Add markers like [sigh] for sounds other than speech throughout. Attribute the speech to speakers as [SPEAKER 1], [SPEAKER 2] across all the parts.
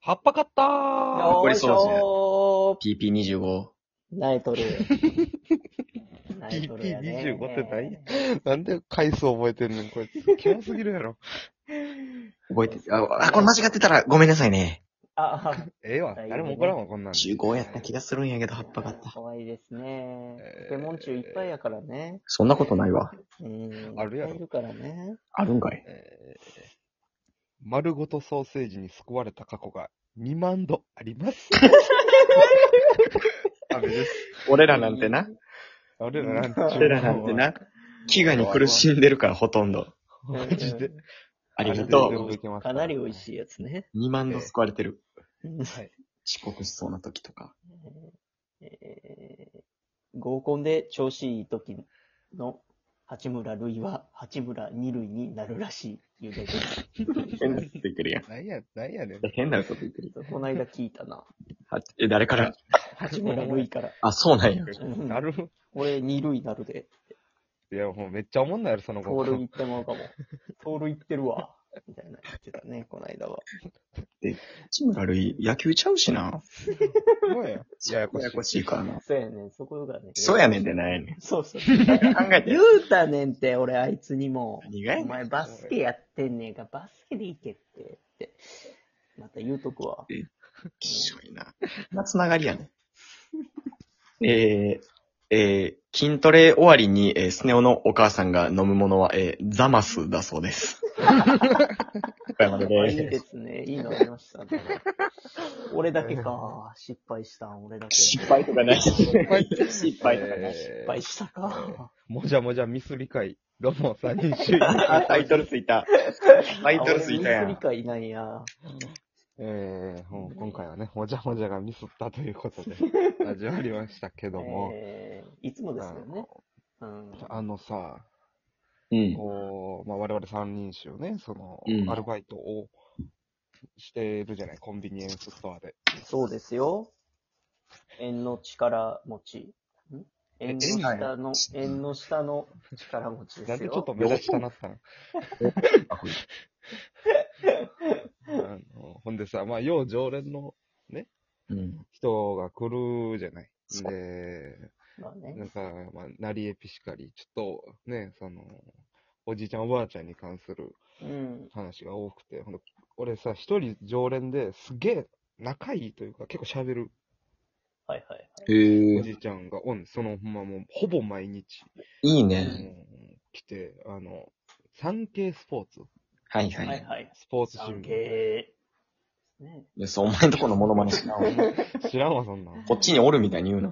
[SPEAKER 1] 葉っぱ買った
[SPEAKER 2] よ
[SPEAKER 1] ー
[SPEAKER 3] これ
[SPEAKER 2] いし
[SPEAKER 3] そうですね
[SPEAKER 2] ょ
[SPEAKER 3] PP25。
[SPEAKER 2] ーナイトル。
[SPEAKER 1] [laughs]
[SPEAKER 2] ナイトルやね
[SPEAKER 1] PP25 って何やなんで回数覚えてんねん、こいつ。キモすぎるやろ。 [laughs]
[SPEAKER 3] 覚えて、あ、あこれ間違ってたらごめんなさいね。
[SPEAKER 2] あ、
[SPEAKER 1] ええわ。誰も怒らんわ、こんなん。
[SPEAKER 3] 15やった気がするんやけど、葉っぱがあった。
[SPEAKER 2] かわいいですね
[SPEAKER 1] え。ー
[SPEAKER 2] ポケモン中いっぱいやからね。
[SPEAKER 3] そんなことないわ。
[SPEAKER 2] うん。
[SPEAKER 1] あるやろ
[SPEAKER 2] いっぱいいるからね。
[SPEAKER 3] あるんかい。
[SPEAKER 1] えー丸ごとソーセージに救われた過去が2万度あり [laughs] ます。ダメです。
[SPEAKER 3] 俺らなんてな。
[SPEAKER 1] [laughs] 俺らなんて。
[SPEAKER 3] 俺らなんてな。飢餓に苦しんでるから、ほとんど。
[SPEAKER 1] マジで。
[SPEAKER 3] あり
[SPEAKER 1] あれ
[SPEAKER 3] が
[SPEAKER 1] で全部
[SPEAKER 3] と
[SPEAKER 1] いけます
[SPEAKER 2] かなり美味しいやつね。
[SPEAKER 3] う。2万度救われてる。
[SPEAKER 2] うん
[SPEAKER 3] 遅刻しそうな時とか。
[SPEAKER 2] [laughs] えー合コンで調子いい時の八村塁は八村二塁になるらしい。いう
[SPEAKER 1] [laughs]
[SPEAKER 2] ことです
[SPEAKER 3] 変なこと言ってるやん。
[SPEAKER 1] なんや、なんやねん。
[SPEAKER 3] 変なこと言ってる。
[SPEAKER 2] この間聞いたな。
[SPEAKER 3] はえ、誰から
[SPEAKER 2] 八村塁から。
[SPEAKER 3] あ、そうなんや。
[SPEAKER 2] うん
[SPEAKER 1] なる
[SPEAKER 2] 俺二塁なるで。
[SPEAKER 1] いや、もうめっちゃおもんないやろ、その
[SPEAKER 2] 盗
[SPEAKER 1] 子。
[SPEAKER 2] 塁行ってまうか [laughs] も。盗塁行ってるわ。みたいな言ってたね、この間は。
[SPEAKER 3] 志村るい、野球ちゃうしな。
[SPEAKER 1] すごいやん。ややこしい
[SPEAKER 3] ややこしいからな。
[SPEAKER 2] そうやねん、そこがね。
[SPEAKER 3] そうやねんでないねん。
[SPEAKER 2] そうそう。
[SPEAKER 3] 考えて
[SPEAKER 2] 言
[SPEAKER 3] よ。
[SPEAKER 2] うたねんって、俺あいつにも。
[SPEAKER 3] 何がやね
[SPEAKER 2] お
[SPEAKER 3] ん。
[SPEAKER 2] 前バスケやってんねんから、バスケでいけって、って。また言うとくわ。
[SPEAKER 3] きしょいな。そんなつながりやね [laughs] ん。えー、えー、筋トレ終わりに、えー、スネ夫のお母さんが飲むものは、えー、ザマスだそうです。岡山で
[SPEAKER 2] いい
[SPEAKER 3] で。
[SPEAKER 2] ですすね。いいのありましたね。俺だけか。失敗したん、俺だけ。
[SPEAKER 3] 失敗とかない。失敗とかない。
[SPEAKER 1] え
[SPEAKER 2] 失
[SPEAKER 1] ー
[SPEAKER 2] 敗したか。
[SPEAKER 1] もじゃもじゃミス理解。どうも、三人集
[SPEAKER 3] あ、 [laughs] タイトルついた。タイトルついたや
[SPEAKER 2] あ俺ミス理解
[SPEAKER 3] ん。
[SPEAKER 2] ないや。
[SPEAKER 1] えー、もう今回はね、もじゃもじゃがミスったということで、始まりましたけども、
[SPEAKER 2] えーいつもですよね。うん。
[SPEAKER 1] あのさ、
[SPEAKER 3] うん。
[SPEAKER 1] こう、まあ、我々三人衆ね、その、
[SPEAKER 3] うん
[SPEAKER 1] アルバイトをしてるじゃない、コンビニエンスストアで。
[SPEAKER 2] そうですよ。縁の力持ち。ん縁の下の、縁の下の力持ち
[SPEAKER 1] な
[SPEAKER 2] で
[SPEAKER 1] ん
[SPEAKER 2] す
[SPEAKER 1] で
[SPEAKER 2] よ。
[SPEAKER 1] ちょっと目立ちたなったのあのほんでさ、まあ、要常連の
[SPEAKER 3] うん。
[SPEAKER 1] 人が来るじゃない。
[SPEAKER 3] そう
[SPEAKER 1] で、
[SPEAKER 2] まあ
[SPEAKER 1] な
[SPEAKER 2] ね
[SPEAKER 1] ん。か、まあ、なりえぴしかり、ちょっと、ね、その、おじいちゃんおばあちゃんに関する
[SPEAKER 2] うん。
[SPEAKER 1] 話が多くて、ほんで、俺さ、一人常連ですげえ仲いいというか、結構喋る
[SPEAKER 2] はいはい。
[SPEAKER 3] へ
[SPEAKER 1] お
[SPEAKER 3] ー
[SPEAKER 1] じいちゃんがおん、その、ほんまもう、ほぼ毎日、
[SPEAKER 3] いいうね。
[SPEAKER 1] ん、来て、あの、産経スポーツ、
[SPEAKER 3] はいは
[SPEAKER 2] はいい。はい。
[SPEAKER 1] スポーツ
[SPEAKER 2] 産
[SPEAKER 1] 新
[SPEAKER 2] 経。ね。
[SPEAKER 3] いや、そう、お前んとこのモノマネしな。
[SPEAKER 1] 聞。知らんわ、そん
[SPEAKER 2] [laughs]
[SPEAKER 1] なん。
[SPEAKER 3] こっちにおるみたいに言う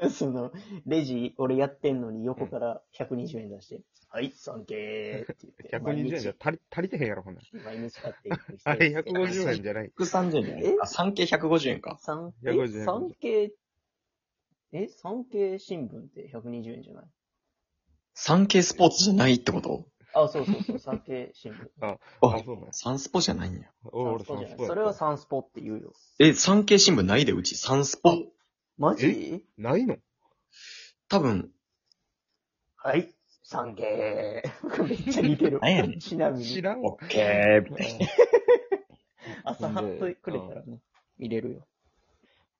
[SPEAKER 3] な。
[SPEAKER 2] その、レジ、俺やってんのに横から120円出して、はい、産経って言って。
[SPEAKER 1] 120円じゃ足り足りてへんやろ、ほんなら
[SPEAKER 2] 毎日、毎日買っていく人
[SPEAKER 1] あれ、150円じゃない。
[SPEAKER 3] 130円じゃないあ、産経150円か。
[SPEAKER 2] 産
[SPEAKER 1] 150
[SPEAKER 2] 経、
[SPEAKER 1] 円
[SPEAKER 2] 産経、え、産経新聞って120円じゃない
[SPEAKER 3] 産経スポーツじゃないってこと
[SPEAKER 2] あ、そうそうそう、産経新聞。
[SPEAKER 1] あ、そうなんや。
[SPEAKER 3] サンスポじゃないんや。
[SPEAKER 1] 俺、俺、
[SPEAKER 2] サンス
[SPEAKER 1] サンスポ
[SPEAKER 2] ポじゃない
[SPEAKER 1] やった
[SPEAKER 2] それはサンスポって言うよ。
[SPEAKER 3] え、産経新聞ないで、うち。サンスポ。
[SPEAKER 2] マジ
[SPEAKER 1] ないの
[SPEAKER 3] 多分。
[SPEAKER 2] はい、産経。 [laughs] めっちゃ似てる
[SPEAKER 3] [laughs] 何やね。ん
[SPEAKER 2] ちなみ
[SPEAKER 1] 知
[SPEAKER 2] に、
[SPEAKER 1] らんわ。
[SPEAKER 3] ケー。
[SPEAKER 2] 朝貼ってくれたらね、見れるよ。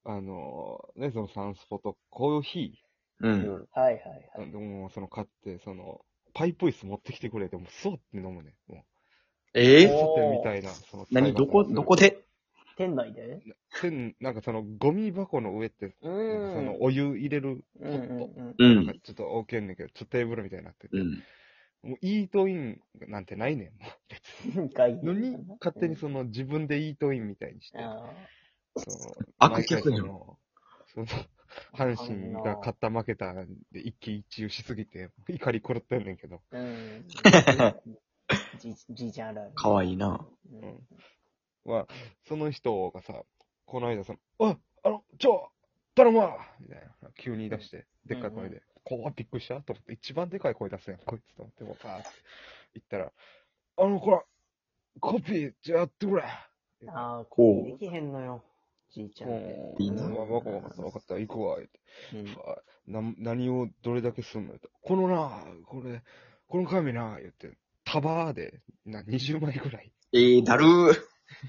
[SPEAKER 1] あの、ね、そのサンスポとコーヒ
[SPEAKER 3] う。
[SPEAKER 2] うんんはいはいはい。
[SPEAKER 1] ー、でも、その買って、その、パイプ椅子持ってきてくれて、もう、そうって飲むね。もう、
[SPEAKER 3] え
[SPEAKER 2] お
[SPEAKER 3] ー、
[SPEAKER 1] 外でみたいな、その使い方
[SPEAKER 3] 何どこ、どこで
[SPEAKER 2] 店内で
[SPEAKER 1] 線なんかその、ゴミ箱の上って、
[SPEAKER 2] う
[SPEAKER 1] なんかその、お湯入れる、
[SPEAKER 2] うんうん
[SPEAKER 3] う
[SPEAKER 1] なんか
[SPEAKER 3] ん。
[SPEAKER 1] ちょっと大きいんだけど、ちょっとテーブルみたいになってて
[SPEAKER 3] う、ん。
[SPEAKER 1] もう、イートインなんてないねん。
[SPEAKER 2] [laughs] うん。会議
[SPEAKER 1] のに、勝手にその、自分でイートインみたいにして、
[SPEAKER 2] あ
[SPEAKER 1] そう
[SPEAKER 3] 悪客やん
[SPEAKER 1] 毎回そのその阪神が勝った負けたで一喜一憂しすぎて、怒り狂ってんねんけど。
[SPEAKER 2] ー
[SPEAKER 3] [laughs]
[SPEAKER 2] うん。じ、じいちゃんあるある。
[SPEAKER 3] かわいいな。
[SPEAKER 2] うん
[SPEAKER 1] うんは、その人がさ、この間その、ああの、ちょ、頼むわみたいな、急に出して、でっかい声で、こわびっくりしたと思って、一番でかい声出すやん、こいつと思って、もうパーって言ったら、あの、こら、コピー、じゃあやってくれ
[SPEAKER 2] ああ、こ
[SPEAKER 3] こ
[SPEAKER 2] う。
[SPEAKER 3] う
[SPEAKER 2] できへんのよ。じいちゃんって。
[SPEAKER 1] もう
[SPEAKER 3] いいな
[SPEAKER 1] わわかった、わかった、行くわ、言って
[SPEAKER 2] うん
[SPEAKER 1] あな何をどれだけすんのよとこのな、これ、この紙な、言って、束で、な、20枚ぐらい。
[SPEAKER 3] えー、だるー。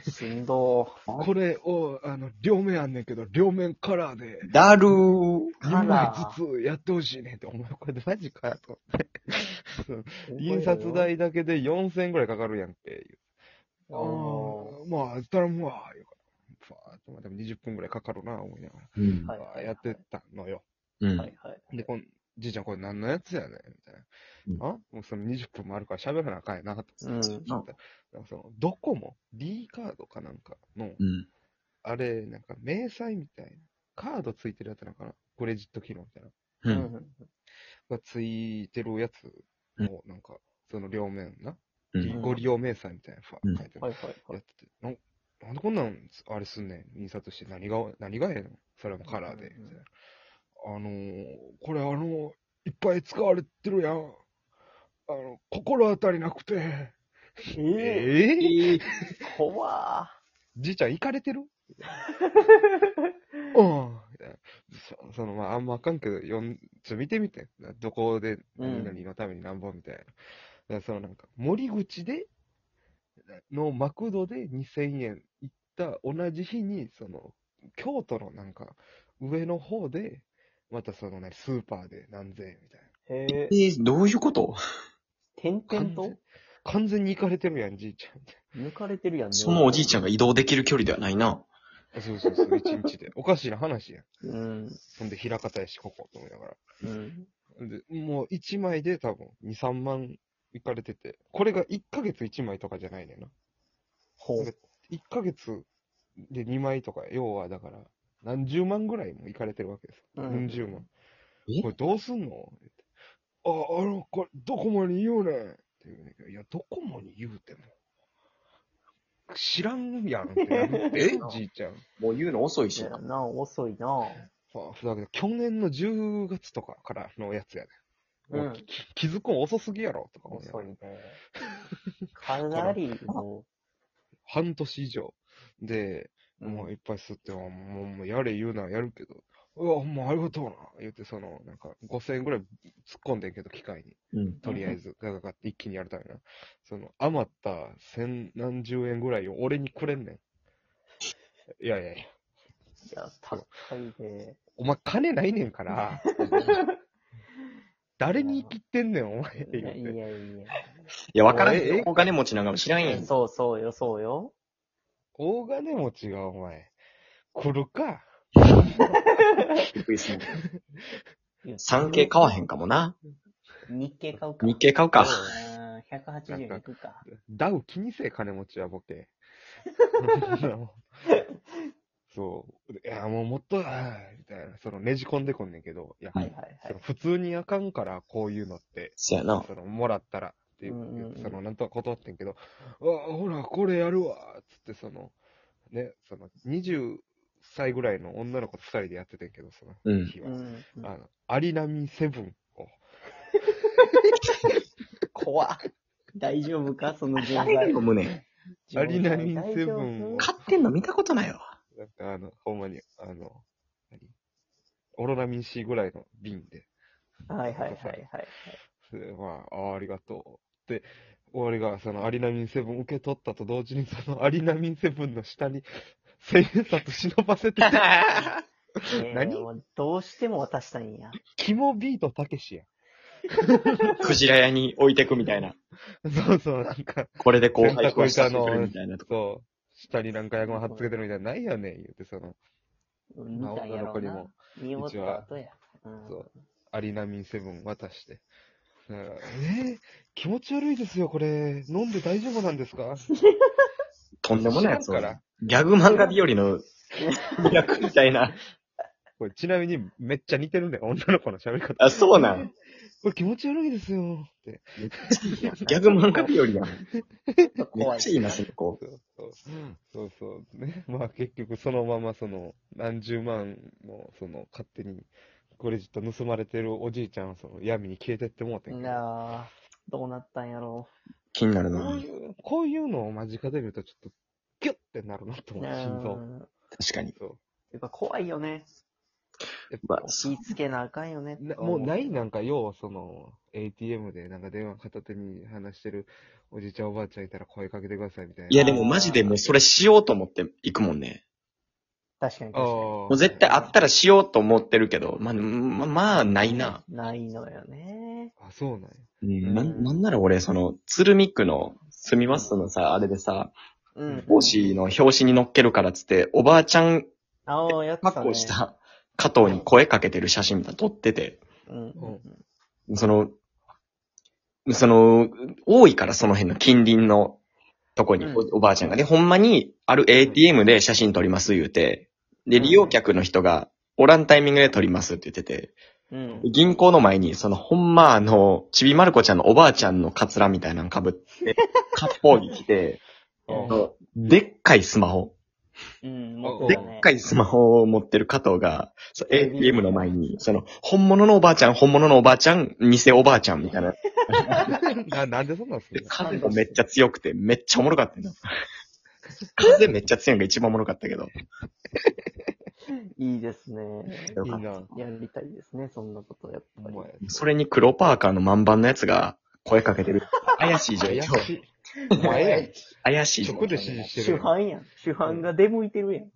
[SPEAKER 2] しんど
[SPEAKER 1] これを、あの、両面あんねんけど、両面カラーで、
[SPEAKER 3] だるー。
[SPEAKER 2] カ
[SPEAKER 1] 2枚
[SPEAKER 2] ラー
[SPEAKER 1] ずつやってほしいねんって、お [laughs] 前これマジかよと。
[SPEAKER 2] ー。
[SPEAKER 1] 印刷代だけで4000円ぐらいかかるやんけ。
[SPEAKER 2] あー。
[SPEAKER 1] まあ、頼むわ。よふわーっと、まあ、でも20分ぐらいかかるな、思いなが
[SPEAKER 3] うん。
[SPEAKER 2] はい
[SPEAKER 1] ら。やってたのよ。
[SPEAKER 3] うん。
[SPEAKER 2] はいはい。
[SPEAKER 1] で、こんじいちゃんこれ何のやつやねんみたいな。あもうその20分もあるから喋らなあかんやな、と
[SPEAKER 2] うん。
[SPEAKER 1] 思って。なんかその、ドコモ ?D カードかなんかの、
[SPEAKER 3] うん。
[SPEAKER 1] あれ、なんか、明細みたいな。カードついてるやつなんかなクレジット機能みたいな。
[SPEAKER 3] う。
[SPEAKER 2] うんん。
[SPEAKER 1] がついてるやつの、なんか、その両面な。
[SPEAKER 3] うん
[SPEAKER 1] りご利用明細みたいな、ふわ
[SPEAKER 3] うん
[SPEAKER 1] 書いてる
[SPEAKER 2] はいはいは
[SPEAKER 1] や
[SPEAKER 2] い
[SPEAKER 1] っ。てて、なんなんでこんなんあれすんねん、印刷して何が、何がええのそれもカラーで
[SPEAKER 2] うんうんうん。
[SPEAKER 1] あのー、これあのー、いっぱい使われてるやん。あの、心当たりなくて。
[SPEAKER 2] え
[SPEAKER 1] え
[SPEAKER 2] え
[SPEAKER 1] ー
[SPEAKER 2] ー。怖ー。
[SPEAKER 1] じいちゃん、行かれて [laughs] るうん。そその、まあ、あんまあかんけど、よんちょ見てみて。どこで、何々のために何本みたいな。だからそのなんか、森口で、のマクドで2000円行った同じ日に、その、京都のなんか、上の方で、またそのね、スーパーで何千円みたいな。
[SPEAKER 2] へ
[SPEAKER 3] え
[SPEAKER 2] え。
[SPEAKER 3] ー、どういうこと
[SPEAKER 2] 点々と
[SPEAKER 1] 完全に行かれてるやん、じいちゃん。
[SPEAKER 2] 抜かれてるやんね。
[SPEAKER 3] そのおじいちゃんが移動できる距離ではないな。
[SPEAKER 1] あ [laughs] そうそうそう、一日で。おかしいな話やん。
[SPEAKER 2] うん。
[SPEAKER 1] そんで、平方やし、ここと思いながら。
[SPEAKER 2] うん。
[SPEAKER 1] で、もう1枚で多分2、3万いかれてて、これが1ヶ月1枚とかじゃないねんな。
[SPEAKER 2] ほう。
[SPEAKER 1] 1ヶ月で2枚とか、要はだから、何十万ぐらいもいかれてるわけですよ。
[SPEAKER 2] うん
[SPEAKER 1] 何十万。
[SPEAKER 3] え
[SPEAKER 1] これどうすんのってあ、あの、これ、どこまで言うねんって言うねんけど、いや、どこまで言うても。知らんやんってなるってえ [laughs] じいちゃん。
[SPEAKER 3] もう言うの遅い
[SPEAKER 2] いやな、遅いな。
[SPEAKER 1] まあ、ふざけて去年の10月とかからのやつやね、
[SPEAKER 2] うん
[SPEAKER 1] もき気づくん遅すぎやろとか思いながら
[SPEAKER 2] 遅いね。かなり、 [laughs] も
[SPEAKER 1] 半年以上。で、
[SPEAKER 2] う。
[SPEAKER 1] もういっぱい吸って、あもう、もうやれ言うならやるけど、うわ、もうありがとうな、言って、その、なんか、5000円ぐらい突っ込んでんけど、機械に。
[SPEAKER 3] うん。
[SPEAKER 1] とりあえず、ガガガって一気にやるためな。その、余った千何十円ぐらいを俺にくれん
[SPEAKER 2] [laughs]
[SPEAKER 1] ねん。いやいやいや、
[SPEAKER 2] いや、高いね。
[SPEAKER 1] お前金ないねん
[SPEAKER 2] [laughs]
[SPEAKER 1] から、誰に生きてんねん、お前って
[SPEAKER 2] い
[SPEAKER 1] 言っ
[SPEAKER 2] やい
[SPEAKER 1] て。
[SPEAKER 2] やい
[SPEAKER 3] いや、わからん
[SPEAKER 1] え
[SPEAKER 3] よ
[SPEAKER 1] え。
[SPEAKER 3] お金持ちなんかも知らんや
[SPEAKER 2] や。
[SPEAKER 3] ん。
[SPEAKER 2] そうそうよ、そうよ。
[SPEAKER 1] 大金持ちが、お前、来るか。
[SPEAKER 3] びっくりする。産経買わへんかもな。
[SPEAKER 2] 日経買うか。
[SPEAKER 3] 日経買うか。
[SPEAKER 2] うん。180円いくか。
[SPEAKER 1] ダウ気にせえ、金持ちはボケ。そう。いや、もうもっと、あーみたいな、そのねじ込んでこんねんけど、いや、
[SPEAKER 2] はいはいは
[SPEAKER 1] そ
[SPEAKER 2] い
[SPEAKER 1] の。普通にあかんから、こういうのって、
[SPEAKER 3] そやな。
[SPEAKER 1] そのもらったらっていう、
[SPEAKER 2] うんうんうん
[SPEAKER 1] そのなんとか断ってんけど、あほら、これやるわ、つって、その、ね、その20歳ぐらいの女の子と2人でやっててんけど、その
[SPEAKER 3] うん。
[SPEAKER 1] 日は、
[SPEAKER 2] うん。
[SPEAKER 1] あの、アリナミセブンを、
[SPEAKER 2] 怖っ大丈夫かその人
[SPEAKER 3] 誰が
[SPEAKER 2] 材
[SPEAKER 3] [laughs] 飲。むねん。
[SPEAKER 1] アリナミンセブンを
[SPEAKER 2] 大丈
[SPEAKER 3] 買ってんの見たことない [laughs] わ。
[SPEAKER 1] なんかあの、ほんまに、あの、何オロナミン C ぐらいの瓶で、
[SPEAKER 2] 夫はいはいはいはい。
[SPEAKER 1] それでまあ、あーありがとう。で、俺がそのアリナミンセブン受け取ったと同時に、そのアリナミンセブンの下に、 [laughs] 千円札忍ばせ
[SPEAKER 3] [laughs]
[SPEAKER 1] て、
[SPEAKER 2] ねえ
[SPEAKER 1] 何
[SPEAKER 2] もうどうしても渡したいんや。
[SPEAKER 1] キモビートたけしや
[SPEAKER 3] クジラ屋に置いてくみたいな。
[SPEAKER 1] ん。そうそう、なんか、
[SPEAKER 3] これで後輩こうしたしてくるみたいなと
[SPEAKER 1] そ
[SPEAKER 3] こ。
[SPEAKER 1] う、下になんか役も貼っつけてるみたいな、ないよねん、言って、その、
[SPEAKER 2] 見たんやろう
[SPEAKER 1] 女の
[SPEAKER 2] な。見終わった後や。うん
[SPEAKER 1] そう、アリナミンセブン渡して。だからえー、気持ち悪いですよ、これ。飲んで大丈夫なんですか
[SPEAKER 3] とんでもないやつを
[SPEAKER 1] 知らんから
[SPEAKER 3] ギャグ漫画日和の役みたいな。
[SPEAKER 1] これちなみにめっちゃ似てるね、女の子の喋り方。
[SPEAKER 3] あ、そうなん。
[SPEAKER 1] [laughs] これ気持ち悪いですよって。
[SPEAKER 3] ギャグ漫画日和やん。
[SPEAKER 2] ちょっと
[SPEAKER 3] め
[SPEAKER 2] 怖
[SPEAKER 3] っ
[SPEAKER 2] い。
[SPEAKER 3] ちゃいいな、その子。
[SPEAKER 1] そうそうそうそうね。まあ結局そのままその何十万のその勝手にクレジット盗まれてるおじいちゃんはその闇に消えてってもうてんけど
[SPEAKER 2] なあ、どうなったんやろ
[SPEAKER 3] 気になる
[SPEAKER 1] こう
[SPEAKER 3] な。
[SPEAKER 1] いう、こういうのを間近で見るとちょっとギュッてなるなと
[SPEAKER 2] う。
[SPEAKER 1] 思う、
[SPEAKER 2] なあ
[SPEAKER 1] 心臓。
[SPEAKER 3] 確かに。
[SPEAKER 1] そう
[SPEAKER 2] やっぱ怖いよね。
[SPEAKER 3] まあ、
[SPEAKER 2] 気ぃつけなあかんよねって
[SPEAKER 1] なも
[SPEAKER 2] 思
[SPEAKER 1] うない
[SPEAKER 2] けど
[SPEAKER 1] なんか、要はその、ATM でなんか電話片手に話してるおじいちゃんおばあちゃんいたら声かけてくださいみたいな。
[SPEAKER 3] いやでもマジでもうそれしようと思って行くもんね。
[SPEAKER 2] 確かに
[SPEAKER 1] あ
[SPEAKER 2] 確かに。
[SPEAKER 1] ー
[SPEAKER 3] もう絶対あったらしようと思ってるけど、まあ、ままあ、ないな。。
[SPEAKER 2] ないのよね。
[SPEAKER 1] あ、そうなんや。
[SPEAKER 3] うん、ななんなら俺、その、鶴見区の、すみますのさ、あれでさ、
[SPEAKER 2] うん。
[SPEAKER 3] 帽子の表紙に乗っけるからっつって、おばあちゃん
[SPEAKER 2] ああ、やってた、ね。
[SPEAKER 3] 格好した加藤に声かけてる写真みたいなの撮ってて、
[SPEAKER 2] うん。うん
[SPEAKER 3] その、その、多いからその辺の近隣のとこに
[SPEAKER 2] うん
[SPEAKER 3] おおばあちゃんが。で、ほんまにある ATM で写真撮ります言うて、
[SPEAKER 2] う
[SPEAKER 3] で、
[SPEAKER 2] ん
[SPEAKER 3] 利用客の人がおらんタイミングで撮りますって言ってて、
[SPEAKER 2] うん。
[SPEAKER 3] 銀行の前にそのほんまあの、ちびまる子ちゃんのおばあちゃんのカツラみたいなの被
[SPEAKER 2] [laughs]
[SPEAKER 3] って、割烹着着て、
[SPEAKER 2] うん
[SPEAKER 1] あ
[SPEAKER 3] でっかいスマホ、
[SPEAKER 2] うん。
[SPEAKER 1] そう
[SPEAKER 3] で
[SPEAKER 1] だ
[SPEAKER 3] っか
[SPEAKER 2] い。
[SPEAKER 3] いスマホを持ってる加藤が、そう ATM の前に、その、本物のおばあちゃん、本物のおばあちゃん、偽おばあちゃんみたいな。
[SPEAKER 1] ななんでそんなんすん
[SPEAKER 3] で
[SPEAKER 1] の
[SPEAKER 3] 風がめっちゃ強くて、めっちゃおもろかったよな。風めっちゃ強いのが一番おもろかったけど。
[SPEAKER 2] いいですね。
[SPEAKER 3] よ
[SPEAKER 1] い
[SPEAKER 3] かっ
[SPEAKER 1] い
[SPEAKER 3] た
[SPEAKER 1] な。
[SPEAKER 2] やりたいですね、そんなこと、やっ
[SPEAKER 1] お
[SPEAKER 2] ぱり。
[SPEAKER 1] 前。
[SPEAKER 3] それに黒パーカーの満版のやつが声かけてる。怪しい状況。
[SPEAKER 1] 怪しい。お前やん。
[SPEAKER 3] 怪しい状況。
[SPEAKER 1] 直で指示してるや
[SPEAKER 2] 主
[SPEAKER 1] ん。
[SPEAKER 2] 犯やん。主犯が出向いてるやん。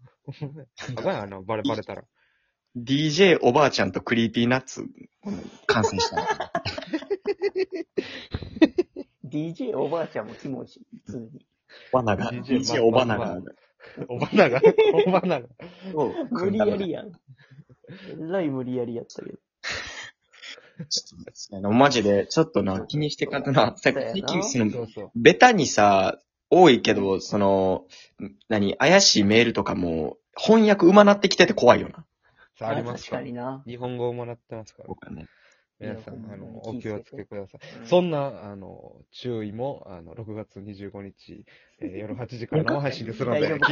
[SPEAKER 1] あかんやんあの、バレバレたら。
[SPEAKER 3] DJ おばあちゃんとクリーピーナッツ、感染した。
[SPEAKER 2] DJ おばあちゃんもキモいし、普通に。
[SPEAKER 3] 罠が、
[SPEAKER 1] DJ
[SPEAKER 3] DJ おばなが。
[SPEAKER 1] おばなが、おばなが。
[SPEAKER 2] 無理やりやん。えらい無理やりやったけど。
[SPEAKER 3] ちょっとですねマジで、ちょっとな、気にしてかったな。
[SPEAKER 2] そうやな
[SPEAKER 3] 最近その
[SPEAKER 1] そうそう。
[SPEAKER 3] ベタにさ、多いけど、その、ん何、怪しいメールとかも、翻訳うまなってきてて怖いよな。
[SPEAKER 1] さあ、あります
[SPEAKER 2] 確
[SPEAKER 1] か
[SPEAKER 2] からにな。
[SPEAKER 1] 日本語をもらってますから。
[SPEAKER 3] 僕はね。
[SPEAKER 1] 皆さん、あの、
[SPEAKER 2] い
[SPEAKER 1] お
[SPEAKER 2] や
[SPEAKER 1] 気をつけください。
[SPEAKER 2] うん
[SPEAKER 1] そんな、あの、注意も、あの、6月25日、えー夜8時から生配信ですの
[SPEAKER 2] 大丈
[SPEAKER 1] で、
[SPEAKER 2] 夫か